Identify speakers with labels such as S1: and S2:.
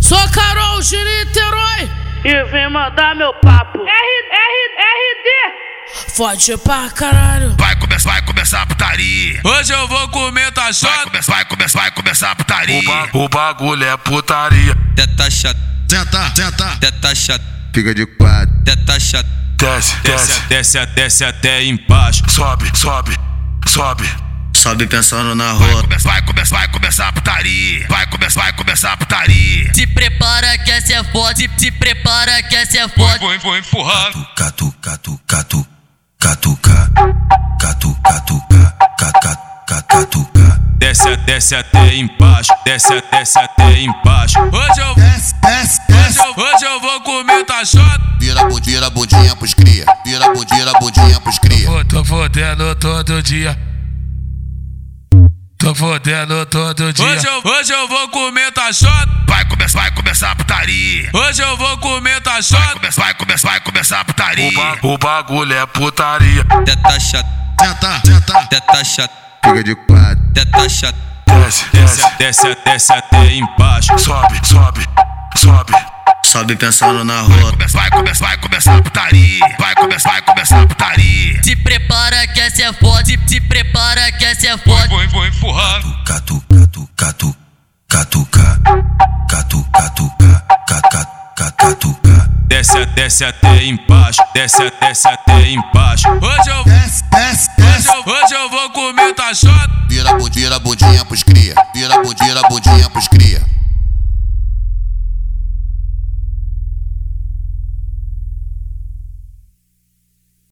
S1: Sou Carol de Niterói
S2: e vim mandar meu papo. R,
S3: R, RD.
S1: Fode pra caralho.
S4: Vai começar, vai começar a putaria.
S5: Hoje eu vou comer, tá chato?
S4: Vai, vai começar, vai começar a putaria.
S6: O, ba o bagulho é putaria.
S7: Teta chato.
S4: Senta, senta.
S7: Teta chato.
S4: Fica de quatro.
S7: Teta chato.
S6: Desce, desce.
S5: Desce, desce, desce até embaixo.
S6: Sobe, sobe, sobe.
S4: Sobe pensando na roda. Vai começar, vai começar a putaria. Vai começar, vai começar a putaria.
S7: Se prepara que essa é forte. Se prepara que essa é forte.
S5: Vou, vou empurrando.
S4: Catu, catu, catu, catu, catu, catu, catu, catu, catu, catu,
S5: Desce, desce até embaixo. Desce, desce até embaixo. Hoje eu,
S4: desce, desce,
S5: hoje eu, hoje eu vou comer tachota.
S4: Vira, vira bundinha pros cria. Vira, vira bundinha pros cria.
S5: Tô fodendo todo dia. Tô fodendo todo dia. Hoje eu, hoje eu vou comer tachota.
S4: Vai começar, vai começar a putaria.
S5: Hoje eu vou comer tachota.
S4: Vai começar, vai começar a putaria.
S6: O, ba o bagulho é putaria.
S7: Teta chato.
S4: Senta, senta.
S7: Teta chato.
S4: Fica de quatro.
S7: Teta chato.
S6: Desce, desce.
S5: Desce, desce até embaixo.
S6: Sobe, sobe, sobe.
S4: Sobe pensando na roda. Vai começar, vai começar a putaria. Vai começar, vai começar a putaria.
S7: Se prepara que essa é forte. Se prepara que essa é forte.
S5: Vou, vou empurrando.
S4: Catu, catu, catu, catu, catu, catu, catu, catu,
S5: Desce, desce até embaixo. Desce, desce até embaixo. Hoje eu,
S4: desce, desce,
S5: hoje eu, hoje eu vou comer tachota.
S4: Vira, vira bundinha pros cria. Vira, vira bundinha pros cria.